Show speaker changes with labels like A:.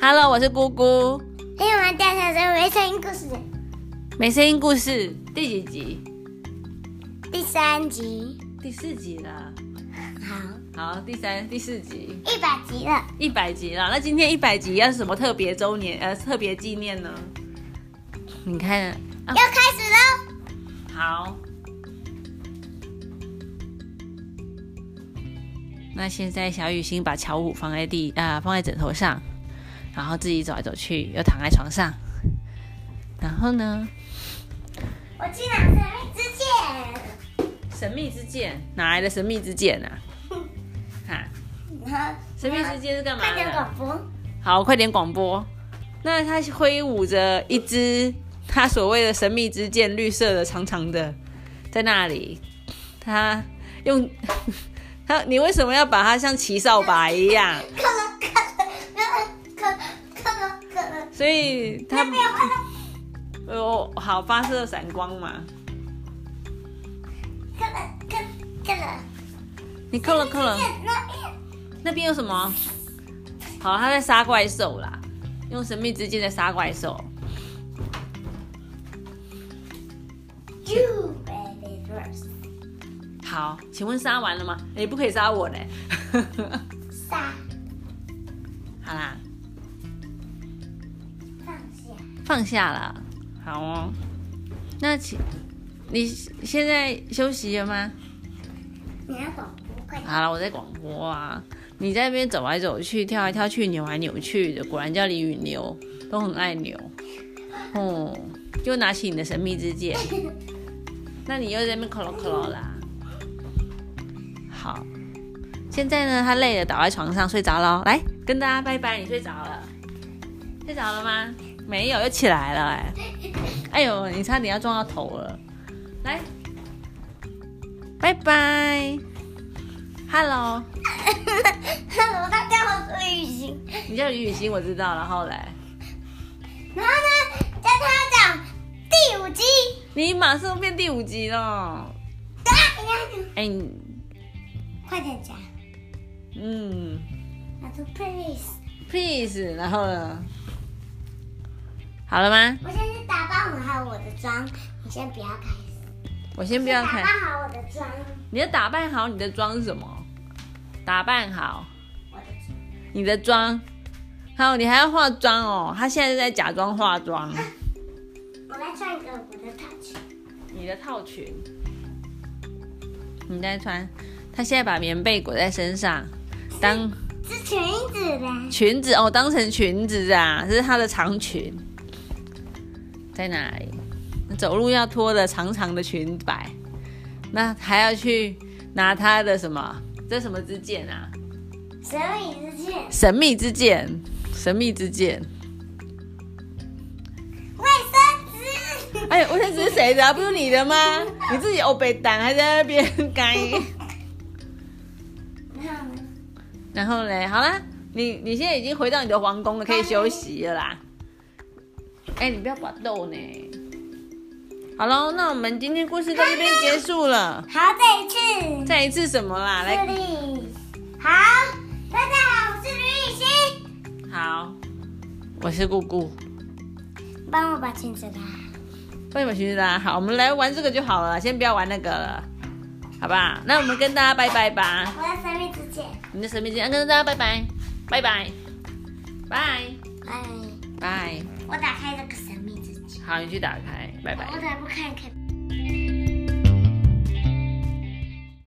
A: Hello，我是姑姑。
B: 今天我们带来的微声音故事
A: 没声音故事第几集？
B: 第三集，
A: 第四集啦。
B: 好，
A: 好，第三、第四集，
B: 一百集了，
A: 一百集啦。那今天一百集要是什么特别周年呃特别纪念呢？你看，
B: 要
A: 啊、
B: 开始喽！
A: 好。那现在小雨欣把巧虎放在地啊、放在枕头上，然后自己走来走去，又躺在床上。然后呢，
B: 我去拿神秘之剑，
A: 神秘之剑哪来的神秘之 剑啊？哈，
B: 然后
A: 神秘之剑是干嘛
B: 快点
A: 的？
B: 广播，
A: 好，快点广播。那他挥舞着一支他所谓的神秘之剑，绿色的长长的，在那里，他用 他，你为什么要把它像骑扫把一样？
B: 可乐可乐可乐可乐可乐，
A: 所以他
B: 没有看到
A: 哦，好发射闪光嘛。
B: 可乐可可乐，
A: 你扣了扣了，
B: 那
A: 那边有什么？好，他在杀怪兽啦，用神秘之剑在杀怪兽。
B: you baby first，
A: 好，请问杀完了吗？你不可以杀我嘞。
B: 撒
A: 好啦，
B: 放下，
A: 放下啦。好哦，那请你现在休息了吗？
B: 你要广播快点，
A: 好了，我在广播啊。你在那边走来走去，跳来跳去，扭来扭去的，果然叫李雨牛，都很爱扭。哦、就拿起你的神秘之剑，那你又在那边咯咯咯啦。好，现在呢，他累了，倒在床上睡着了。来，跟大家拜拜，你睡着了？睡着了吗？没有，又起来了、哎，哎呦，你差点要撞到头了。来，拜拜，Hello。
B: 我大家好，我是雨欣，
A: 你叫李雨欣，我知道。然后嘞，
B: 然后呢，教他讲第五集，
A: 你马上变第五集了。
B: 答呀，
A: 哎、
B: 快点讲，
A: 嗯
B: 他说 please。
A: ，please，然后呢？好了吗？
B: 我先去打扮好我的妆，你先不要开始。
A: 我先不要
B: 打
A: 看。
B: 扮好我的妆，
A: 你要打扮好你的妆是什么？打扮好
B: 我的妆。
A: 你的妆，还有你还要化妆哦。他现在在假装化妆。
B: 我来穿一个我的套裙。
A: 你的套裙，你在穿。他现在把棉被裹在身上，当
B: 是裙子的，
A: 裙子哦，当成裙子啊，这是她的长裙，在哪里？走路要拖的长长的裙摆，那还要去拿她的什么？这什么之剑啊？
B: 神秘之剑。
A: 神秘之剑，神秘之剑。
B: 卫生纸，
A: 哎，卫生纸是谁的、啊？不是你的吗？你自己欧北蛋还在那边 干。
B: 然后呢？
A: 然后嘞，好啦，你你现在已经回到你的皇宫了，可以休息了啦。哎、你不要拔豆呢。好喽，那我们今天故事到这边结束了。
B: 好，这一次。
A: 再一次什么啦？
B: 这
A: 来，
B: 里。好，大家好，我是李雨欣。
A: 好，我是姑姑，
B: 帮我把裙子拉。
A: 为什么裙子啦？好，我们来玩这个就好了，先不要玩那个了，好吧？那我们跟大家拜拜吧。
B: 我的神秘之剑。
A: 你的神秘之剑，跟大家拜拜，拜拜，拜
B: 哎，
A: 拜。
B: 我打开这个神秘之剑。
A: 好，你去打开，拜拜
B: 我。打不看看。